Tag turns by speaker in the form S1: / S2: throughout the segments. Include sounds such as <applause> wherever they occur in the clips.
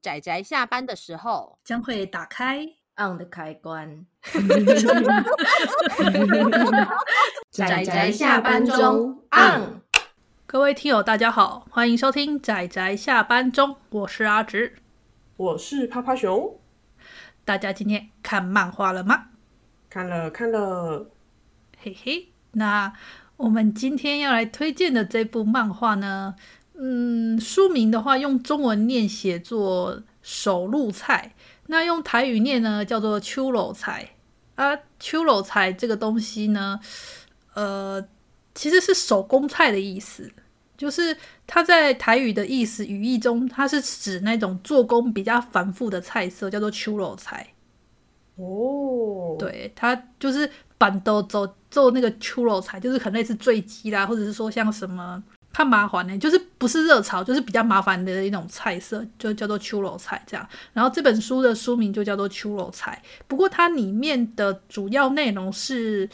S1: 仔仔下班的时候，
S2: 将会打开。
S3: on 的开关。
S1: 宅宅
S3: 仔仔
S1: 下
S3: 下
S1: 班
S3: 班
S1: 中
S3: 中 on。
S2: 各位听友，大家好，欢迎收听仔仔下班中，我是阿直。
S4: 我是趴趴熊，
S2: 大家今天看漫画了吗？
S4: 看了看了，
S2: 嘿嘿，那我们今天要来推荐的这部漫画呢，嗯，书名的话用中文念写作“手露菜”，那用台语念呢叫做“秋楼菜”。啊，秋楼菜这个东西呢，呃，其实是手工菜的意思，就是它在台语的意思语义中，它是指那种做工比较繁复的菜色，叫做秋楼菜。
S4: 哦，，
S2: 对，它就是板豆走做那个秋肉菜，就是很类似醉鸡啦，或者是说像什么看麻烦呢、就是不是热炒，就是比较麻烦的一种菜色，就叫做秋肉菜这样。然后这本书的书名就叫做秋肉菜，不过它里面的主要内容是。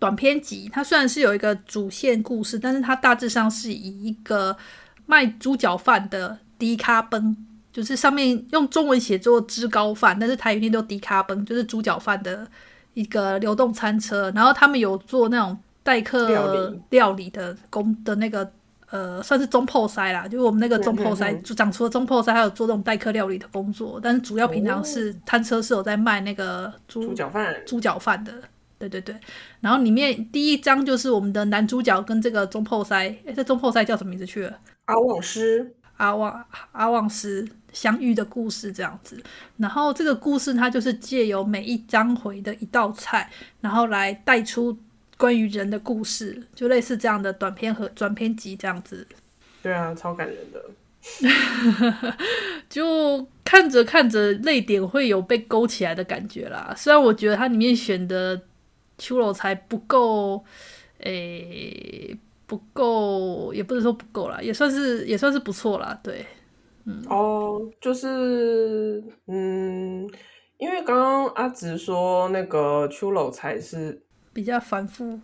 S2: 短篇集，它虽然是有一个主线故事，但是它大致上是以一个卖猪脚饭的低咖崩就是上面用中文写作“芝高饭”，但是台语念叫“迪卡崩”，就是猪脚饭的一个流动餐车。然后他们有做那种代
S4: 料
S2: 客
S4: 理
S2: 料理的工的那个呃，算是中破塞啦，就是我们那个中破塞
S4: 嗯嗯
S2: 就长出了中破塞，还有做这种代客料理的工作。但是主要平常是摊车是有在卖那个
S4: 哦猪
S2: 猪
S4: 脚饭，
S2: 猪脚饭的。对对对，然后里面第一章就是我们的男主角跟这个中破塞，诶这中破塞叫什么名字去了？
S4: 阿旺师，
S2: 阿旺阿旺斯相遇的故事这样子。然后这个故事它就是借由每一章回的一道菜，然后来带出关于人的故事，就类似这样的短篇和短篇集这样子。
S4: 对啊，超感人的，
S2: 就看着看着泪点会有被勾起来的感觉啦。虽然我觉得它里面选的秋楼才不够，诶、不够，也不是说不够啦，也算是也算是不错啦。对，
S4: 哦，就是，嗯，因为刚刚阿直说那个秋楼才是。
S2: 比较繁复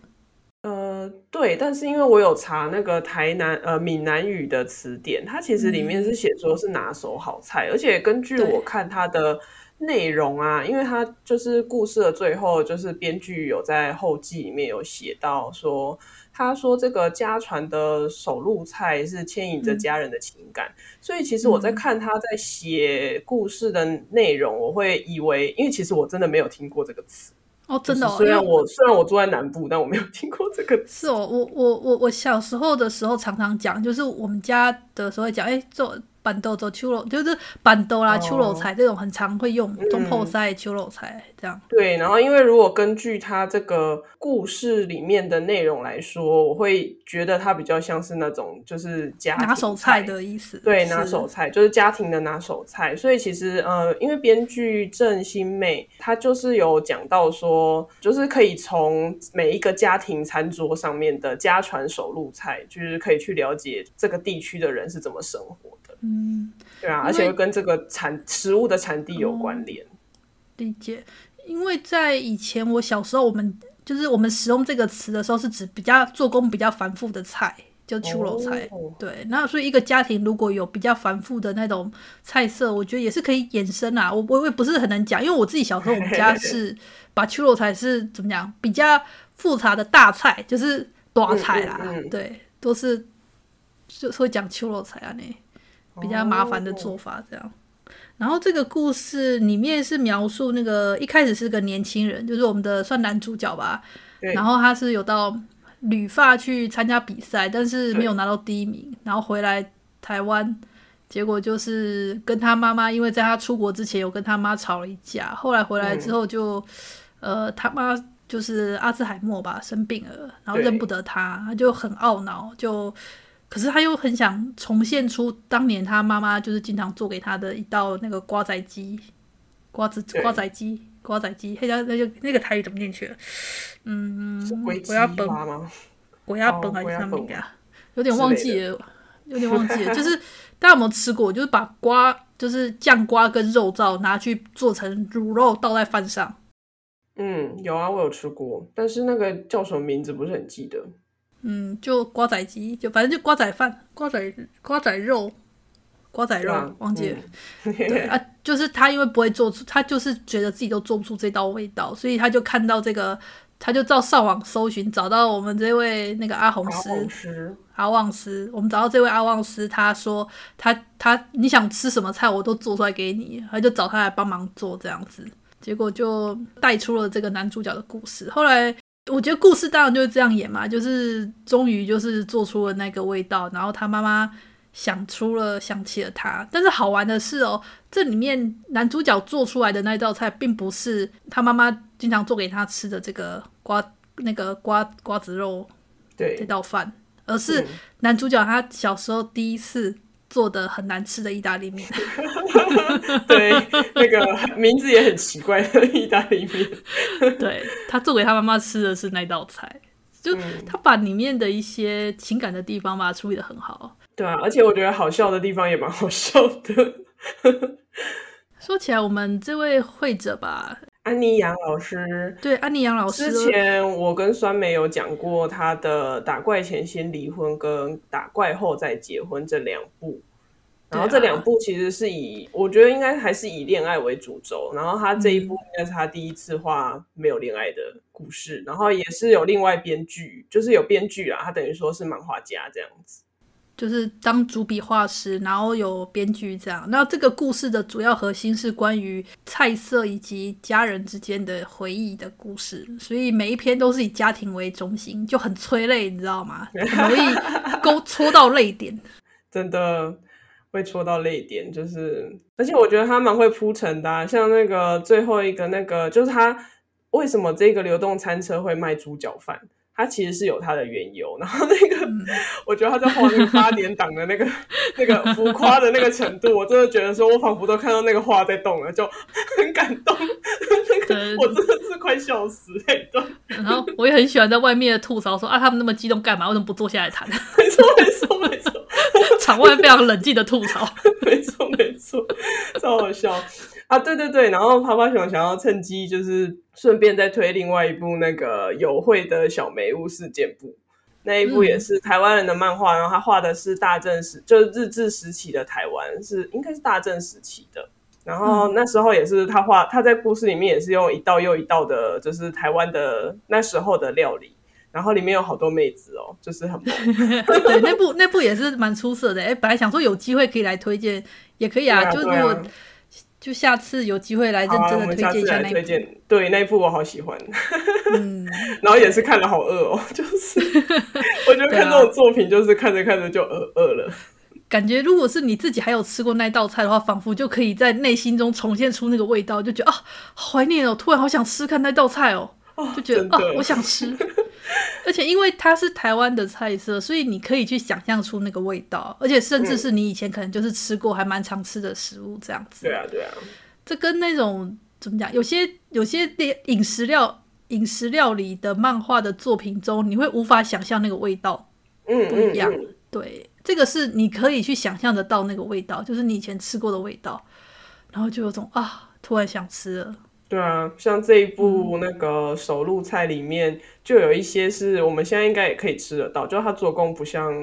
S4: 呃，对，但是因为我有查那个台南呃闽南语的词典，它其实里面是写说是拿手好菜，而且根据
S2: 嗯对
S4: 我看它的内容啊，因为它就是故事的最后，就是编剧有在后记里面有写到说，他说这个家传的手路菜是牵引着
S2: 嗯
S4: 家人的情感，所以其实我在
S2: 嗯
S4: 看他在写故事的内容，我会以为，因为其实我真的没有听过这个词，
S2: 哦，
S4: 就
S2: 真的、
S4: 是
S2: 哦，
S4: 虽
S2: 因为
S4: 然我虽然我住在南部，但我没有听过这个
S2: 是
S4: 词。
S2: 哦，我我我我小时候的时候常常讲，就是我们家的时候会讲，哎、做板豆做秋楼，就是板豆啦、
S4: 哦
S2: 秋楼菜这种很常会用，
S4: 嗯
S2: 中破菜、秋楼菜这样。
S4: 对，然后因为如果根据它这个故事里面的内容来说，我会觉得它比较像是那种就是家
S2: 拿
S4: 庭
S2: 手菜
S4: 菜，
S2: 的意思，
S4: 对，
S2: 是
S4: 拿手菜就是家庭的拿手菜。所以其实呃，因为编剧郑欣妹她就是有讲到说，就是可以从每一个家庭餐桌上面的家传手路菜，就是可以去了解这个地区的人是怎么生活的，
S2: 嗯，
S4: 对啊，
S2: 因
S4: 而且
S2: 为
S4: 会跟这个产食物的产地有关联。
S2: 理解。因为在以前我小时候，我们就是我们使用这个词的时候，是指比较做工比较繁复的菜，就秋楼菜。
S4: 哦
S2: 对，那所以一个家庭如果有比较繁复的那种菜色，我觉得也是可以衍生啊。我我我也不是很能讲，因为我自己小时候我们
S4: <laughs>
S2: 家是把秋肉菜是怎么讲比较复杂的大菜，就是大菜啦，
S4: 嗯嗯嗯
S2: 对，都是就是会讲秋肉菜啊那。比较麻
S4: 哦
S2: 烦的做法这样。然后这个故事里面是描述那个一开始是个年轻人，就是我们的算男主角吧。
S4: 对
S2: 然后他是有到旅发去参加比赛，但是没有拿到第一名，然后回来台湾，结果就是跟他妈妈，因为在他出国之前有跟他妈吵了一架，后来回来
S4: 嗯
S2: 之后就，呃，他妈就是阿兹海默吧生病了，然后
S4: 对
S2: 认不得他，他就很懊恼，就可是他又很想重现出当年他妈妈就是经常做给他的一道那个瓜仔鸡，瓜子
S4: 对
S2: 瓜仔鸡，瓜仔鸡，那叫那就那个台语怎么念去了？嗯，
S4: 龟
S2: 我要
S4: 鸡
S2: 本
S4: 蛙吗？
S2: 鬼压本
S4: 哦
S2: 还是
S4: 鬼压
S2: 什么
S4: 本
S2: 呀？啊有点忘记
S4: 之
S2: 了，有点忘记
S4: <laughs>
S2: 了。就是大家有没有吃过？就是把瓜，就是酱瓜跟肉燥拿去做成卤肉，倒在饭上。
S4: 嗯，有啊，我有吃过，但是那个叫什么名字不是很记得。
S2: 嗯，就瓜仔鸡，就反正就瓜仔饭、瓜仔瓜仔肉、瓜仔肉，
S4: 啊
S2: 忘记了。
S4: <laughs>
S2: 对啊，就是他因为不会做出，他就是觉得自己都做不出这道味道，所以他就看到这个，他就照上网搜寻，找到我们这位那个阿红
S4: 好
S2: 师
S4: 好吃，
S2: 阿旺斯，我们找到这位阿旺斯，他说他他你想吃什么菜，我都做出来给你，他就找他来帮忙做这样子，结果就带出了这个男主角的故事。后来我觉得故事当然就是这样演嘛，就是终于就是做出了那个味道，然后他妈妈想出了想起了他。但是好玩的是哦，这里面男主角做出来的那道菜，并不是他妈妈经常做给他吃的这个瓜那个瓜瓜子肉这
S4: 对，
S2: 道饭，而是
S4: 嗯
S2: 男主角他小时候第一次做的很难吃的意大利
S4: <laughs>
S2: 面。
S4: 对，那个名字也很奇怪的意大利面，
S2: 对他做给他妈妈吃的是那道菜，就
S4: 嗯
S2: 他把里面的一些情感的地方把它处理的很好。
S4: 对啊，而且我觉得好笑的地方也蛮好笑的。
S2: 说起来，我们这位会者吧，
S4: 安妮杨老师，
S2: 对安妮杨老师
S4: 之，前我跟酸梅有讲过她的打怪前先离婚跟打怪后再结婚这两部，然后
S2: 对啊
S4: 这两部其实是以我觉得应该还是以恋爱为主轴，然后她这一部
S2: 嗯
S4: 应该是她第一次画没有恋爱的故事，然后也是有另外编剧，就是有编剧啊，她等于说是漫画家这样子。
S2: 就是当主笔画师，然后有编剧这样。那这个故事的主要核心是关于菜色以及家人之间的回忆的故事，所以每一篇都是以家庭为中心，就很催泪，你知道 <laughs> 吗？很容易勾戳到泪点。
S4: 真的会戳到泪点，就是，而且我觉得他蛮会铺陈的啊、像那个最后一个那个，就是他为什么这个流动餐车会卖猪脚饭，他其实是有他的缘由。然后那个，
S2: 嗯
S4: <laughs> 我觉得他在画那个八点档的
S2: <laughs>
S4: 那个那个浮夸的那个程度，我真的觉得说我仿佛都看到那个画在动了，就很感动。那
S2: 对
S4: 个我真的是快笑死欸那一 <laughs> 段，
S2: 然后我也很喜欢在外面吐槽说啊，他们那么激动干嘛？为什么不坐下来谈？ <laughs>
S4: 没错没错没错。
S2: 场外非常冷静的吐槽。
S4: <laughs> 没错没错， <laughs> 超好笑啊！对对对，然后趴趴熊想要趁机就是顺便再推另外一部那个友会的小梅屋事件簿，那一部也是台湾人的漫画，然后他画的是大正时，就是日治时期的台湾，是应该是大正时期的。然后那时候也是他画，他在故事里面也是用一道又一道的，就是台湾的那时候的料理，然后里面有好多妹子哦，就
S2: <laughs>
S4: 是很猛
S2: <laughs> 对，那部那部也是蛮出色的。哎，本来想说有机会可以来推荐，也可以啊。
S4: 对啊
S2: 就如
S4: 对啊
S2: 果、就下次有机会来认
S4: 好啊，
S2: 真
S4: 我
S2: 的
S4: 们
S2: 推
S4: 下
S2: 荐一
S4: 次
S2: 下那
S4: 来推
S2: 一部。
S4: 荐，对那一部我好喜欢。
S2: 嗯，
S4: 然后也是看了好饿哦， <laughs> 就是
S2: <laughs>
S4: 我觉得看这种作品，就是看着看着就饿饿了。
S2: 啊 <laughs> 感觉如果是你自己还有吃过那道菜的话，仿佛就可以在内心中重现出那个味道，就觉得啊，好怀念哦，突然好想吃看那道菜哦，就觉得
S4: 真的
S2: 啊，我想吃。
S4: <laughs>
S2: 而且因为它是台湾的菜色，所以你可以去想象出那个味道，而且甚
S4: 嗯
S2: 至是你以前可能就是吃过还蛮常吃的食物这样子。
S4: 对啊，对啊，
S2: 这跟那种怎么讲，有些有些料饮食料饮食料理的漫画的作品中，你会无法想象那个味道
S4: 嗯
S2: 不
S4: 嗯
S2: 一样。
S4: 嗯，
S2: 对，这个是你可以去想象得到那个味道，就是你以前吃过的味道，然后就有种啊，突然想吃了。
S4: 对啊，像这一
S2: 嗯
S4: 部那个手录菜里面，就有一些是我们现在应该也可以吃得到，就是它做工不像。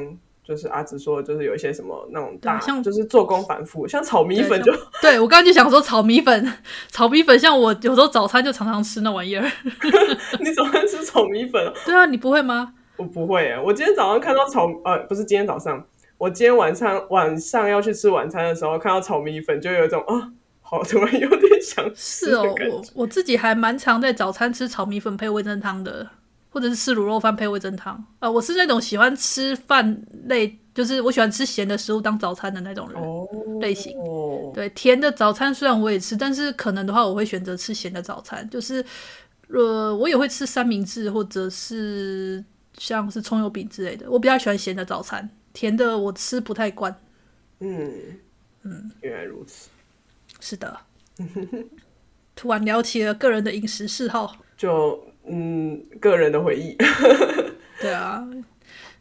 S4: 就是阿紫说，就是有一些什么那种大，
S2: 对啊像
S4: 就是做工繁复，像炒米粉就
S2: 对像对我刚刚就想说炒米粉， <laughs> 炒米粉像我有时候早餐就常常吃那玩意儿。
S4: <laughs> 你早上吃炒米粉，
S2: <laughs> 对啊，你不会吗？
S4: 我不会耶。我今天早上看到炒，呃，不是今天早上，我今天晚上晚上要去吃晚餐的时候，看到炒米粉，就有一种啊，好，突然有点想吃
S2: 是
S4: 的
S2: 哦，
S4: 感觉
S2: 我我自己还蛮常在早餐吃炒米粉配味噌汤的，或者是吃卤肉饭配味噌汤。呃，我是那种喜欢吃饭类，就是我喜欢吃咸的食物当早餐的那种人。
S4: 哦
S2: 类型
S4: 哦，
S2: 对，甜的早餐虽然我也吃，但是可能的话，我会选择吃咸的早餐，就是呃，我也会吃三明治或者是像是葱油饼之类的，我比较喜欢咸的早餐，甜的我吃不太惯。
S4: 嗯嗯，原来如此。
S2: 是的，突然聊起了个人的饮食嗜好，
S4: 就嗯，个人的回忆， <laughs>
S2: 对啊。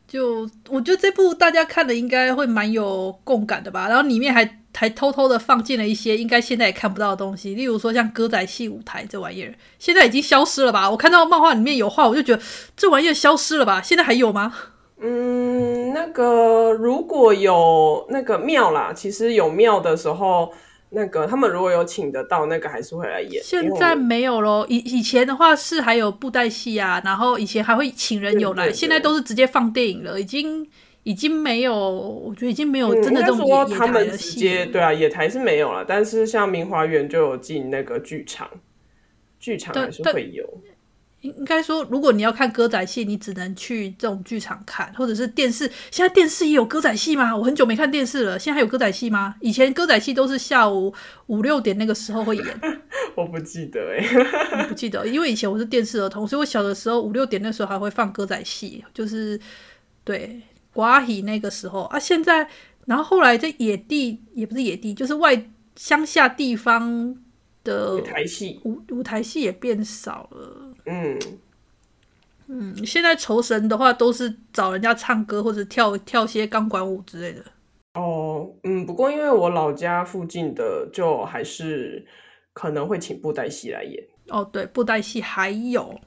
S2: 就我觉得这部大家看了应该会蛮有共感的吧，然后里面还还偷偷的放进了一些应该现在也看不到的东西，例如说像歌仔戏舞台这玩意儿，现在已经消失了吧？我看到漫画里面有画，我就觉得这玩意儿消失了吧？现在还有吗？
S4: 嗯，那个如果有那个庙啦，其实有庙的时候，那个他们如果有请得到，那个还是会来演。因
S2: 现
S4: 为我
S2: 在
S4: 们
S2: 没有咯，以以前的话是还有布袋戏啊，然后以前还会请人有来，
S4: 对对对
S2: 现在都是直接放电影了，已经已经没有，我觉得已经没有
S4: 嗯
S2: 哦真的这
S4: 应该
S2: 种野
S4: 说
S2: 野
S4: 他
S2: 台
S4: 们
S2: 的
S4: 直
S2: 戏
S4: 接
S2: 了。
S4: 对啊，野台是没有了，但是像明华园就有进那个剧场，剧场
S2: 对
S4: 还是
S2: 对
S4: 会有。
S2: 应应该说，如果你要看歌仔戏，你只能去这种剧场看，或者是电视。现在电视也有歌仔戏吗？我很久没看电视了，现在还有歌仔戏吗？以前歌仔戏都是下午五六点那个时候会演，
S4: 我不记得哎、
S2: 我不记得，因为以前我是电视儿童，所以我小的时候五六点那时候还会放歌仔戏，就是对寡喜那个时候啊。现在，然后后来在野地也不是野地，就是外乡下地方的
S4: 欸，台戏，
S2: 舞舞台戏也变少了。
S4: 嗯，
S2: 嗯，现在酬神的话都是找人家唱歌或者跳跳些钢管舞之类的。
S4: 哦，嗯，不过因为我老家附近的，就还是可能会请布袋戏来演。
S2: 哦，对，布袋戏还有，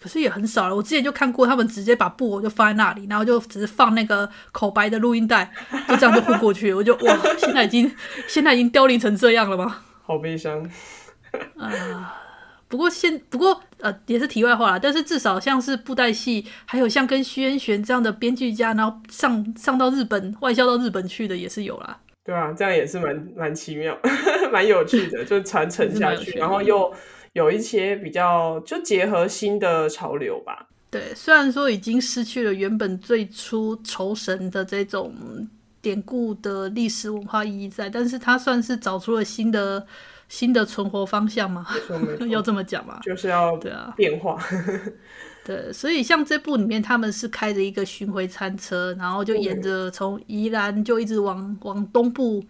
S2: 可是也很少了。我之前就看过他们直接把布偶就放在那里，然后就只是放那个口白的录音带，就这样就混过去了。我就哇，现在已经现在已经凋零成这样了吗？
S4: 好悲伤，
S2: 不过现不过呃也是题外话啦，但是至少像是布袋戏，还有像跟徐恩璇这样的编剧家，然后上上到日本外销到日本去的也是有啦。
S4: 对啊，这样也是蛮蛮奇妙， <laughs> 蛮有趣的，就传承
S2: <laughs> 是
S4: 下
S2: 蛮有
S4: 去，
S2: 趣的
S4: 然后又有一些比较就结合新的潮流吧。
S2: 对，虽然说已经失去了原本最初酬神的这种典故的历史文化意义在，但是它算是找出了新的新的存活方向嘛， <laughs>
S4: 没错没错
S2: 要这么讲嘛？
S4: 就是要
S2: 对啊，
S4: 变化，
S2: 对，所以像这部里面，他们是开着一个巡回餐车，然后就沿
S4: 嗯
S2: 着从宜兰就一直往往东部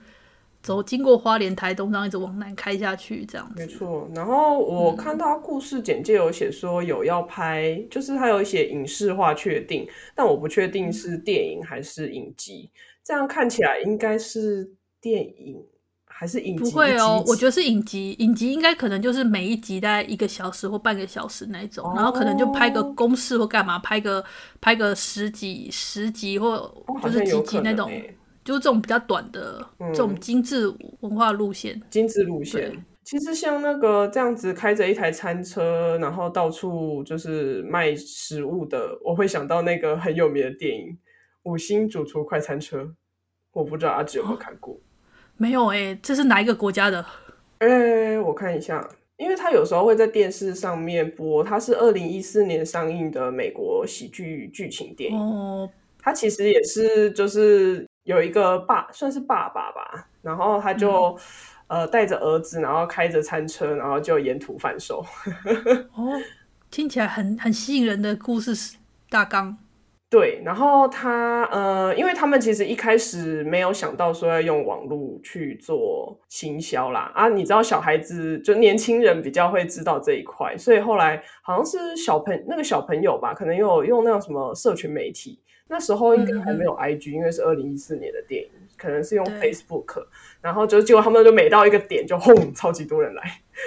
S2: 走，经过花莲、台东，然后一直往南开下去，这样
S4: 没
S2: 子。嗯
S4: 错。然后我看到故事简介有写说有要拍，就是它有写影视化确定，但我不确
S2: 嗯
S4: 定是电影还是影集。这样看起来应该是电影还是影集？
S2: 不会哦，我觉
S4: 得
S2: 得是影集，影集应该可能就是每一集大概一个小时或半个小时那一种，然后可能就拍个
S4: 哦
S2: 公式或干嘛，拍个拍个十几十集或
S4: 哦好
S2: 就是
S4: 像
S2: 几
S4: 有
S2: 集
S4: 可
S2: 那
S4: 能
S2: 种，
S4: 欸
S2: 就是这种比较短的、
S4: 嗯
S2: 这种精致文化路线。
S4: 精致路线
S2: 对。
S4: 其实像那个这样子开着一台餐车，然后到处就是卖食物的，我会想到那个很有名的电影《五星主厨快餐车》，我不知道阿志有
S2: 啊
S4: 没有看过。
S2: 没有诶、这是哪一个国家的？
S4: 哎、我看一下，因为它有时候会在电视上面播，它是二零一四年上映的美国喜剧剧情电影。
S2: 哦，
S4: 他其实也是就是有一个爸，算是爸爸吧，然后他就、呃带着儿子，然后开着餐车，然后就沿途贩售。
S2: 哦，听起来很很吸引人的故事大纲。
S4: 对，然后他呃，因为他们其实一开始没有想到说要用网络去做行销啦啊，你知道小孩子就年轻人比较会知道这一块，所以后来好像是小朋那个小朋友吧，可能有用那种什么社群媒体，那时候应
S2: 嗯
S4: 该还没有 IG，、因为是二零一四年的电影，可能是用
S2: 对
S4: Facebook，然后就结果他们就每到一个点就轰，超级多人来，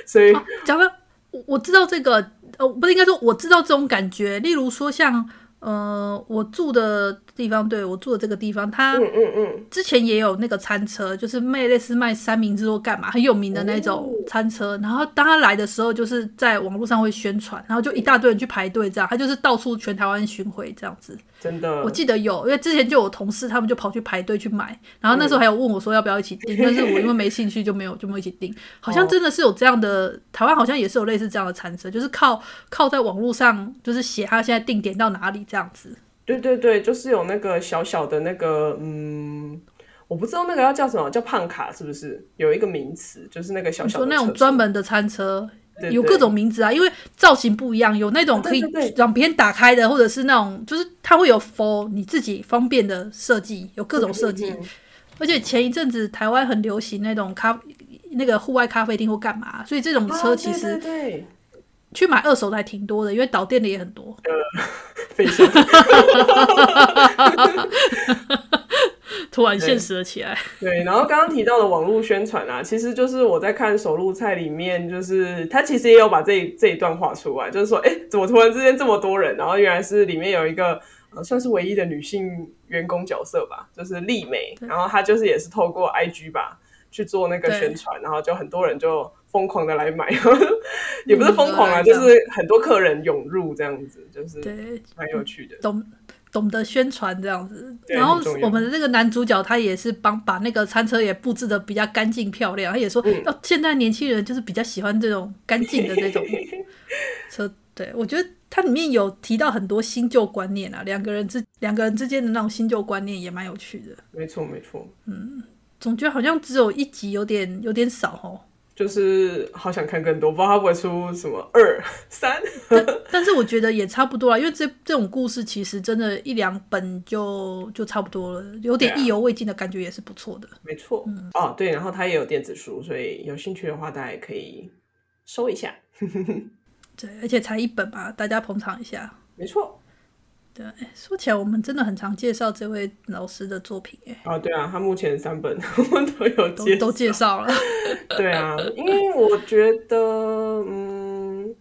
S4: 所以
S2: 啊， <laughs> 讲到我我知道这个，呃，不是应该说我知道这种感觉。例如说像呃，我住的地方，对我住的这个地方，它
S4: 嗯嗯嗯，
S2: 之前也有那个餐车，就是卖类似卖三明治或干嘛很有名的那种餐车。然后当他来的时候，就是在网络上会宣传，然后就一大堆人去排队，这样他就是到处全台湾巡回这样子。
S4: 真的，
S2: 我记得有，因为之前就有同事，他们就跑去排队去买，然后那时候还有问我说要不要一起订，但是我因为没兴趣就没有就没有一起
S4: 哦
S2: 订。好像真的是有这样的，台湾好像也是有类似这样的餐车，就是靠靠在网络上就是写他现在定点到哪里这样子。
S4: 对对对，就是有那个小小的那个，嗯，我不知道那个要叫什么，叫胖卡是不是？有一个名词，就是那个小
S2: 你
S4: 小的
S2: 说那种
S4: 车子
S2: 专门的餐车。
S4: 对
S2: 有
S4: 对
S2: 各种名字啊，因为造型不一样，有那种可以
S4: 对对对
S2: 让别人打开的，或者是那种就是它会有 for 你自己方便的设计，有各种设计。而且前一阵子台湾很流行那种咖那个户外咖啡厅或干嘛，所以这种
S4: 啊
S2: 车其实
S4: 对对
S2: 去买二手的还挺多的，因为倒店的也很多。
S4: 对，飞翔
S2: 突然现实了起来，
S4: 对，然后刚刚提到的网络宣传啊，其实就是我在看手录菜里面，就是他其实也有把这一这一段画出来，就是说，哎，怎么突然之间这么多人？然后原来是里面有一个呃算是唯一的女性员工角色吧，就是丽美。然后她就是也是透过 IG 吧去做那个
S2: 对
S4: 宣传，然后就很多人就疯狂的来买， <laughs> 也不是疯狂啊，
S2: 嗯对
S4: 就
S2: 啊
S4: 是很多客人涌入这样子，就是
S2: 对，
S4: 蛮有趣的。
S2: 懂懂得宣传这样子。
S4: 对
S2: 然后
S4: 很重要
S2: 我们的那个男主角他也是帮把那个餐车也布置的比较干净漂亮，他也说，
S4: 嗯
S2: 哦，现在年轻人就是比较喜欢这
S4: <laughs>
S2: 种干净的这种车。对，我觉得它里面有提到很多新旧观念啊，两个人之两个人之间的那种新旧观念也蛮有趣的。
S4: 没错，没错，
S2: 总觉得好像只有一集有点有点少哦，
S4: 就是好想看更多，不知道他会出什么二三。
S2: 但是我觉得也差不多了，因为这这种故事其实真的一两本就就差不多了，有点
S4: 对啊
S2: 意犹未尽的感觉也是不错的。
S4: 没错，哦，对，然后它也有电子书，所以有兴趣的话，大家也可以搜一下。
S2: 对，而且才一本嘛，大家捧场一下。
S4: 没错，
S2: 对，哎说起来我们真的很常介绍这位老师的作品，哎，
S4: 哦，对啊，它目前三本 <laughs> 我们都有
S2: 都
S4: 介
S2: 都介绍了。 <laughs>
S4: 对啊，因为我觉得，嗯，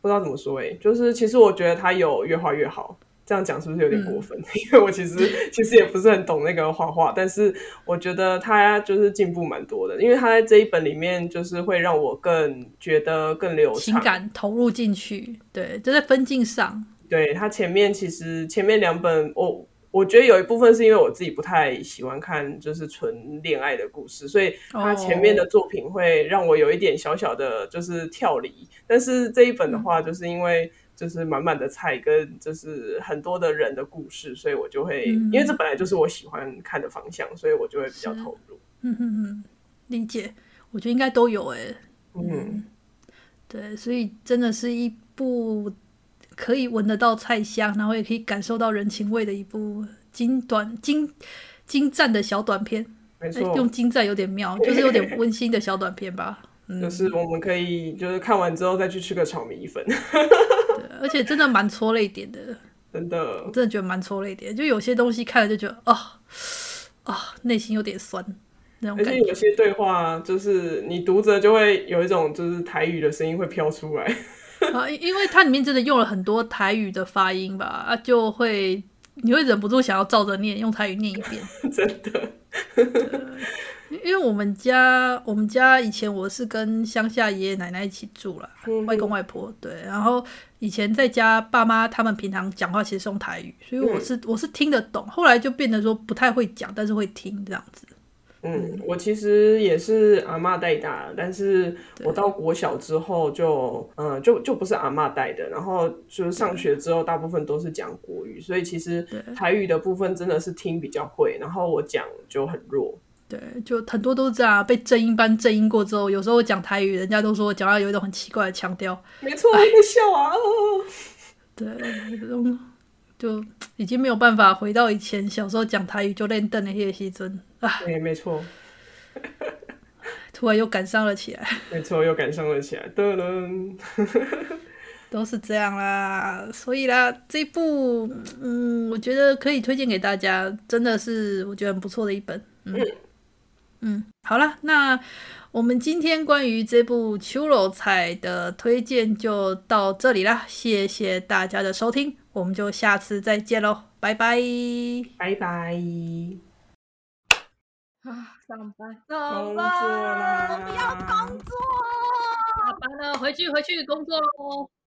S4: 不知道怎么说哎、就是其实我觉得他有越画越好，这样讲是不是有点过
S2: 嗯
S4: 分？因为我其实其实也不是很懂那个画画，但是我觉得他就是进步蛮多的，因为他在这一本里面就是会让我更觉得更流
S2: 情
S4: 畅。
S2: 感投入进去，对，就在分镜上，
S4: 对他前面其实前面两本我。我觉得有一部分是因为我自己不太喜欢看就是纯恋爱的故事，所以他
S2: 哦
S4: 前面的作品会让我有一点小小的就是跳离。但是这一本
S2: 嗯
S4: 的话，就是因为就是满满的菜跟就是很多的人的故事，所以我就会、
S2: 嗯
S4: 因为这本来就是我喜欢看的方向，所以我就会比较
S2: 是
S4: 投入。
S2: 嗯哼哼，理解，我觉得应该都有，哎，
S4: 嗯，
S2: 对，所以真的是一部可以闻得到菜香，然后也可以感受到人情味的一部精短精精湛的小短片。
S4: 没
S2: 哎
S4: 错，
S2: 用精湛有点妙，就是有点温馨的小短片吧。嗯，
S4: <laughs> 就是我们可以就是看完之后再去吃个炒米粉，
S2: 对，而且真的蛮戳泪点的，
S4: 真的
S2: 我真的觉得蛮戳泪点。就有些东西看了就觉得啊啊，内心有点酸那种
S4: 而
S2: 感
S4: 且
S2: 觉。
S4: 有些对话，就是你读着就会有一种就是台语的声音会飘出来。 <laughs>
S2: 啊，因因为它里面真的用了很多台语的发音吧，啊，就会你会忍不住想要照着念，用台语念一遍。 <laughs>
S4: 真的，
S2: 因因为我们家，我们家以前我是跟乡下爷爷奶奶一起住啦，
S4: 嗯
S2: 外公外婆对，然后以前在家爸妈他们平常讲话其实是用台语，所以我是、我是听得懂，后来就变得说不太会讲，但是会听这样子。
S4: 嗯，我其实也是阿嬷带大的，但是
S2: 对
S4: 我到国小之后就，嗯、就就不是阿嬷带的，然后就是上学之后，大部分都是讲国语，所以其实台语的部分真的是听比较会，然后我讲就很弱。
S2: 对，就很多都是这样啊，被正音班正音过之后，有时候我讲台语，人家都说我讲话有一种很奇怪的腔调，
S4: 没错，
S2: 哎
S4: 我在笑啊，哦
S2: 对，嗯就已经没有办法回到以前小时候讲台语就练邓那些西尊啊，
S4: 对，没错，
S2: 突然又感伤了起来。
S4: 没错，又感伤了起来，噔噔，
S2: 都是这样啦，所以啦，这部嗯，我觉得可以推荐给大家，真的是我觉得很不错的一本。嗯嗯，好了，那我们今天关于这部《秋楼菜》的推荐就到这里啦，谢谢大家的收听，我们就下次再见喽，拜拜。
S4: 拜拜，
S3: 啊，上班
S4: 工
S3: 上班，
S4: 作啦，
S1: 我不要工作。
S3: 下班了，回去回去工作喽。